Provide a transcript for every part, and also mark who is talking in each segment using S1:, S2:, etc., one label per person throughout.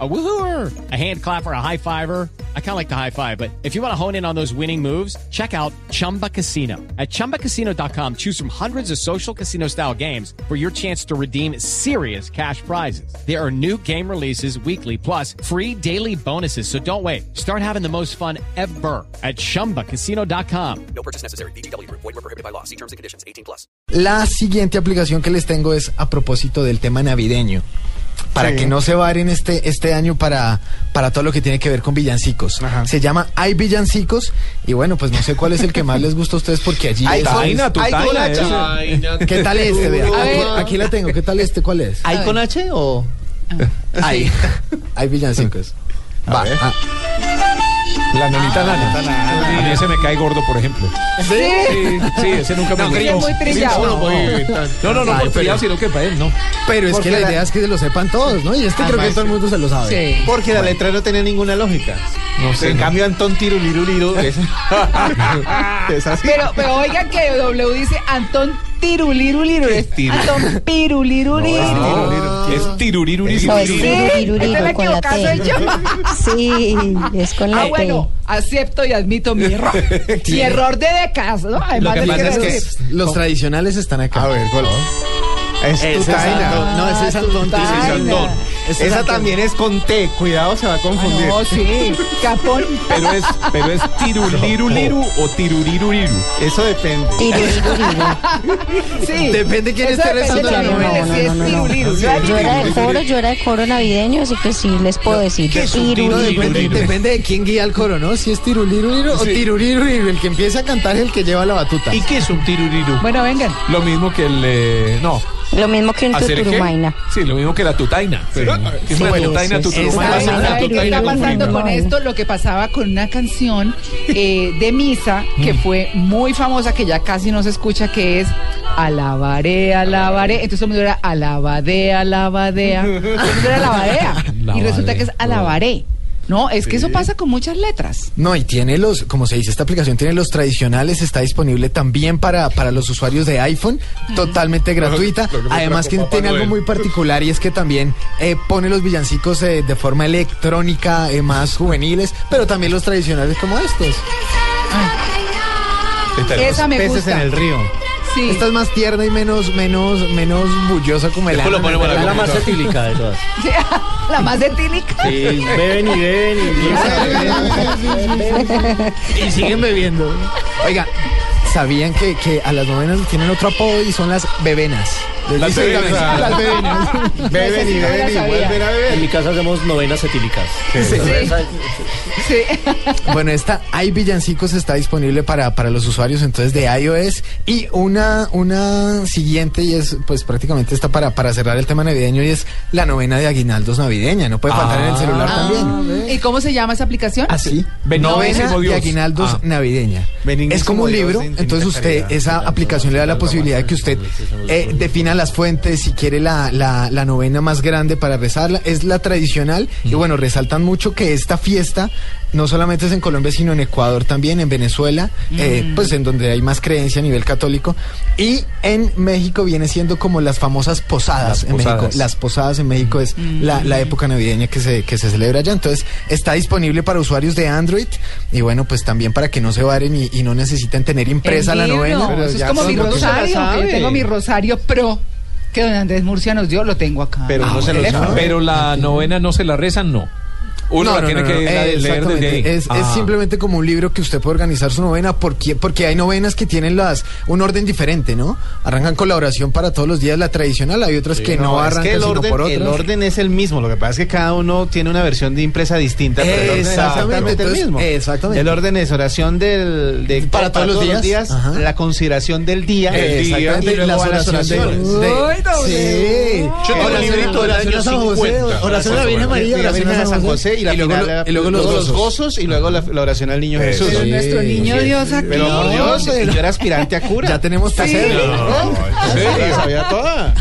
S1: A woohooer, a hand clapper, a high fiver. I kind of like the high five, but if you want to hone in on those winning moves, check out Chumba Casino. At chumbacasino.com, choose from hundreds of social casino style games for your chance to redeem serious cash prizes. There are new game releases weekly, plus free daily bonuses. So don't wait. Start having the most fun ever at chumbacasino.com.
S2: No purchase necessary. BGW. Void were prohibited by law. See terms and conditions. 18 plus.
S3: La siguiente aplicación que les tengo es a propósito del tema navideño. Para que no se varen este, este año para, para todo lo que tiene que ver con villancicos. Se llama Hay Villancicos. Y bueno, pues no sé cuál es el que más les gusta a ustedes porque allí.
S4: Hay
S3: está.
S4: Taina, tu
S3: Hay
S4: Taina,
S3: colacha. ¿eh? ¿Qué tal este? Vea?
S5: A ver.
S3: Aquí la tengo. ¿Qué tal este? ¿Cuál es?
S5: ¿Hay con H o...?
S3: Hay. Hay villancicos. Va. ah,
S4: La nonita nana. A mí ese me cae gordo, por ejemplo. Sí, sí, ese nunca me
S5: es muy trillado.
S4: No, no, no, no, por trillado, sino que para él, no.
S3: pero es que
S6: Porque
S3: la
S6: Pues la- Ah,
S3: idea es que se lo sepan todos, ¿no? Y este creo que
S6: Además,
S3: todo el mundo se lo sabe.
S5: Sí.
S6: Porque la letra no tenía ninguna lógica. en cambio, Antón Tiruliruriru es, es así.
S5: Pero, pero oiga que W dice Antón Tiruliruliru. Es Antón Piruliruriru.
S4: Es
S7: No, es
S5: Sí,
S4: tiruriruriru.
S7: tiruriru
S5: esta la
S7: con la
S5: equivocada
S7: T.
S5: soy yo.
S7: Sí, es con la
S5: Ah,
S7: T.
S5: bueno, acepto y admito mi error. Mi error de décadas, ¿no? Además,
S6: Lo que
S5: hay
S6: pasa es que-
S5: decir.
S3: Los tradicionales están acá.
S6: A ver, ¿cuál? Es tu
S3: Ese es
S6: taina.
S3: Antón. No, ese es
S5: Ah, tu
S3: Antón.
S5: taina.
S6: Ese es Antón.
S3: Ese es
S6: Esa
S3: Antón.
S6: también es con T. Cuidado, se va a confundir.
S5: No, sí, Capón.
S4: Pero es, pero es tiruliruliru o tiruriruriru.
S6: Eso depende.
S7: Tiruriruriru.
S5: Sí.
S3: Depende quién
S5: Eso
S3: esté
S5: depende
S3: rezando la
S5: también
S3: novena.
S5: de si es Piruliruriru.
S6: Sí,
S7: Yo era de coro, yo era de coro navideño, así que sí les puedo decir.
S4: ¿qué es un
S3: No,
S7: Tiruriruriru.
S4: tiro
S3: depende,
S4: Tiruriru.
S3: depende de quién guía el coro, ¿no? Si es tiruliruriru o
S4: Sí.
S3: tiruriru, el que empiece a cantar es el que lleva la batuta.
S4: ¿Y qué es un tiruriru?
S5: Bueno, vengan.
S4: Lo mismo que el. eh, no.
S7: Lo mismo que un
S4: ¿Hacer qué?
S7: tuturumaina.
S4: Sí, lo mismo que la tutaina. ah, Es una
S7: Bueno,
S4: tutaina,
S7: eso es-
S4: tuturumaina.
S5: ¿Saben-
S7: Pasa la
S5: saben qué
S7: tuta y
S5: está
S7: luego
S5: pasando
S7: frena.
S5: con esto? Lo que pasaba con una canción eh, de misa que fue muy famosa, que ya casi no se escucha, que es Alabaré, alabaré. Entonces todo el mundo era alabadea, alabadea. Todo el mundo era alabadea. Y resulta que es alabaré. No, es que eso pasa con muchas letras.
S3: No, y tiene los, como se dice, esta aplicación tiene los tradicionales, está disponible también para, para los usuarios de iPhone, totalmente gratuita.
S4: lo que me
S3: Además que
S4: trajo Papá
S3: tiene algo
S4: Noel.
S3: muy particular y es que también eh, pone los villancicos eh, de forma electrónica, eh, más juveniles, pero también los tradicionales como estos.
S5: Esa me
S6: Peces en
S5: gusta.
S6: el río.
S5: Sí.
S3: Esta es más tierna y menos, menos, menos bullosa como el ano, ¿no?
S4: la
S8: La más etílica de todas.
S5: Sí, La más etílica.
S8: Sí, beben y beben
S3: Y siguen bebiendo. Oiga, ¿sabían que, que a las novenas tienen otro apodo y son las bebenas? Les
S4: Las
S3: dicen
S4: bebenas.
S3: también, las bebenas.
S6: Beben y
S5: no la
S6: beben y
S5: sabía.
S6: vuelven a
S8: y En
S6: beber.
S8: mi casa hacemos novenas etílicas.
S5: Sí.
S3: Bueno, esta Hay Villancicos está disponible para, para los usuarios entonces de iOS y una, una siguiente y es pues prácticamente está para, para cerrar el tema navideño y es la novena de Aguinaldos navideña, no puede faltar en el celular Ah,
S6: Ah.
S3: también.
S5: Ah,
S3: Ah,
S5: ¿Y cómo se llama esa aplicación?
S3: Así, novena
S4: Benignísimo
S3: de
S4: Dios.
S3: Aguinaldos
S4: Ah.
S3: navideña.
S6: Benignísimo
S3: Es como un
S6: Dios
S3: libro,
S6: de infinita
S3: entonces usted,
S6: caridad.
S3: esa aplicación le da la posibilidad de que usted eh, defina las fuentes, si quiere la, la, la novena más grande para rezarla, es la tradicional y bueno, resaltan mucho que esta fiesta no solamente es en Colombia, sino en Ecuador también, en Venezuela, eh, pues en donde hay más creencia a nivel católico, y en México viene siendo como las famosas posadas
S4: Las
S3: en
S4: posadas.
S3: México. Las posadas en México es la, la época navideña que se, que se celebra allá, entonces está disponible para usuarios de Android y bueno, pues también para que no se varen y, y no necesiten tener impresa
S5: El
S3: la
S5: libro.
S3: novena.
S6: Pero
S5: Eso es
S6: ya
S5: como
S6: todo
S5: mi
S6: el mundo se la
S5: rosario. que
S6: sabe.
S5: yo tengo mi rosario pro que don Andrés Murcia nos dio, lo tengo acá.
S6: Pero
S5: Ah,
S6: no se lo
S5: teléfono.
S6: sabe.
S4: Pero la novena no se la rezan, no. Uno
S3: No,
S4: la
S3: no,
S4: tiene
S3: no, no,
S4: que
S3: no.
S4: la-
S3: Eh,
S4: leer desde ahí.
S3: exactamente. Es, es
S4: Ah.
S3: simplemente como un libro que usted puede organizar su novena porque, porque hay novenas que tienen las un orden diferente, ¿no? Arrancan con la oración para todos los días, la tradicional, hay otras que no,
S6: es
S3: arrancan
S6: que el
S3: sino
S6: orden,
S3: por
S6: el
S3: otras.
S6: orden es el mismo. Lo que pasa es que cada uno tiene una versión de impresa distinta. Pero el orden es
S3: Exactamente,
S6: exactamente el
S3: entonces,
S6: mismo.
S3: exactamente.
S6: El orden es oración del, de,
S3: Para todos los días. Ajá.
S6: la consideración del día,
S4: El día,
S3: Exactamente,
S6: exactamente, y luego
S3: las
S6: van las
S3: oraciones de-
S6: oraciones.
S3: de-
S5: Uy, doble.
S3: sí.
S5: Yo
S4: tengo un
S3: Oración-
S4: librito del
S3: oración
S4: año
S3: a San José,
S4: 50.
S3: oración a la Virgen María,
S6: Y la
S3: oración
S6: Virgen de San José, y la
S3: Y luego
S6: final
S3: lo-
S6: era-
S3: y luego los gozos.
S6: y luego la, la oración al niño
S4: Eso
S6: Jesús.
S5: Pero
S4: sí,
S5: nuestro niño Dios aquí.
S6: Pero por Dios, eh, yo era aspirante a cura.
S3: Ya tenemos casebre.
S6: Sí, la sabía toda.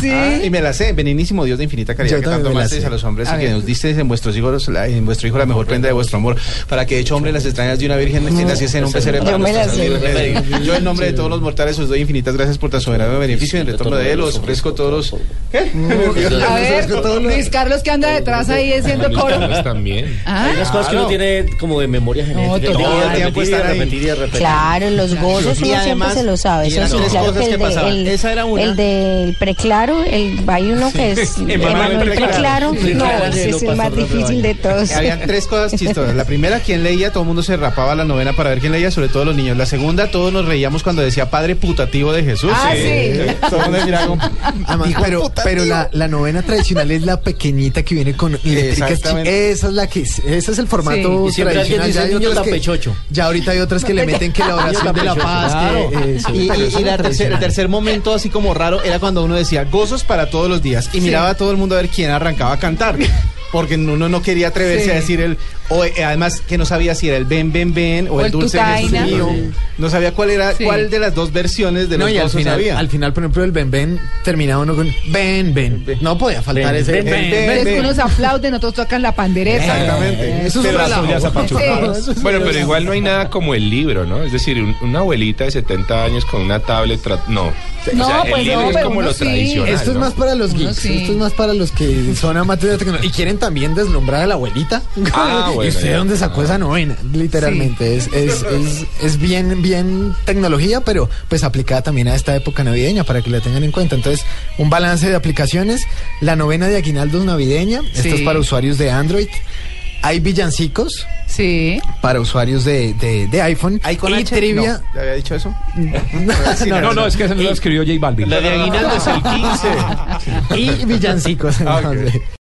S5: Sí.
S6: Ah, y me la sé, beninísimo Dios de infinita caridad,
S3: Yo
S6: que
S3: también
S6: tanto
S3: me la
S6: amasteis
S3: sé.
S6: a los hombres
S5: A
S6: y que
S5: ver.
S6: nos disteis en vuestros hijos, la- en vuestro hijo la mejor prenda de vuestro amor, para que hecho hombre las extrañas de una virgen que naciese en un pesebre. para
S7: Yo me la
S6: nuestros
S7: sé.
S6: santos remedios. Yo en nombre de todos los mortales os doy infinitas gracias por tan soberano beneficio y en retorno de él os ofrezco todos los...
S5: A ver, Luis Carlos que anda detrás ahí haciendo coro.
S9: también.
S5: Ah,
S8: Hay unas cosas que
S6: Claro.
S8: uno tiene como de memoria genética.
S5: total.
S6: Todo el
S8: y
S6: tiempo
S8: repetir, y
S6: estar ahí.
S8: repetir y repetir.
S7: Claro, los gozos
S6: Pues, Y
S7: uno
S6: además,
S7: siempre se lo sabe.
S6: y
S7: Eso
S6: eran
S7: sí,
S6: tres
S7: claro
S6: cosas
S7: que el,
S6: que
S7: de-
S6: pasaban.
S7: el-
S6: Esa era una.
S7: el del preclaro, el, hay uno que es
S6: Emanuel
S7: Emanuel
S6: Preclaro.
S7: Preclaro. No,
S8: Preclaro,
S7: ese es
S8: lo
S7: el más
S8: pasó otro
S7: difícil de
S8: año.
S7: todos.
S6: Eh, Habían tres cosas chistosas. La primera, quien leía, todo el mundo se rapaba la novena para ver quién leía, sobre todo los niños. La segunda, todos nos reíamos cuando decía padre putativo de Jesús.
S5: Ah, sí.
S6: Todo el mundo miraba como-
S3: Además, pero, pero la, la novena tradicional es la pequeñita que viene con eléctricas. chi-
S6: Exactamente.
S3: Esa es la que es- ese es el formato
S5: Sí.
S8: Y siempre alguien
S3: tradicional.
S8: dice,
S3: ya, hay
S8: "Niño
S3: otras
S8: tan
S3: que,
S8: pechocho".
S3: ya ahorita hay otras que le meten que la oración de la
S8: pechocho,
S3: paz. que, eh, sí.
S6: Y,
S3: Pero esa es
S6: y- y la tercer- el
S3: tradicional.
S6: tercer momento así como raro era cuando uno decía gozos para todos los días y miraba a todo el mundo a ver quién arrancaba a cantar. Porque uno no quería atreverse
S5: Sí.
S6: a decir el... O, eh, además que no sabía si era el ven, ven, ven o,
S5: O
S6: el,
S5: el
S6: dulce
S5: tutaina.
S6: Jesús mío. No sabía cuál era
S5: Sí.
S6: cuál de las dos versiones de
S3: No,
S6: los
S3: y al
S6: gozos
S3: final,
S6: había.
S3: al final, por ejemplo, el Ben Ben terminaba uno con Ben Ben. No podía faltar
S8: Ben,
S3: ese
S8: Ben, Ben.
S6: Ben,
S5: es que
S6: ben.
S5: unos aplauden, otros tocan la pandereta.
S3: Eso
S6: Exactamente.
S3: es un
S6: Eh, Pero
S3: relajo.
S6: las ollas
S5: Sí.
S6: apachucadas.
S9: Bueno, pero igual no hay nada como el libro, ¿no? Es decir, un- una abuelita de 70 años con una tablet. tra- No.
S5: No,
S9: o sea,
S5: pues
S9: el libro
S5: no,
S9: es
S5: pero
S9: como
S5: uno
S9: lo
S5: sí.
S9: tradicional.
S3: Esto es
S9: ¿no?
S3: más para los
S5: Uno
S3: geeks,
S5: sí.
S3: esto es más para los que son amantes de la tecnología y quieren también deslumbrar a la abuelita.
S9: Ah, bueno,
S3: ¿Y usted
S9: ya.
S3: dónde sacó esa novena? Literalmente, es, es, es, es bien, bien tecnología, pero pues aplicada también a esta época navideña para que la tengan en cuenta. Entonces, un balance de aplicaciones, la novena de aguinaldos navideña, esto es
S5: Sí.
S3: para usuarios de Android. Hay villancicos
S5: Sí.
S3: para usuarios de, de, de iPhone. Hay con y trivia.
S6: ¿Ya había dicho eso?
S4: No, no, no, es que ese no lo escribió J Balvin.
S8: La de Aguinaldo es el 15.
S3: y villancicos.
S4: Ah, ok.
S3: entonces.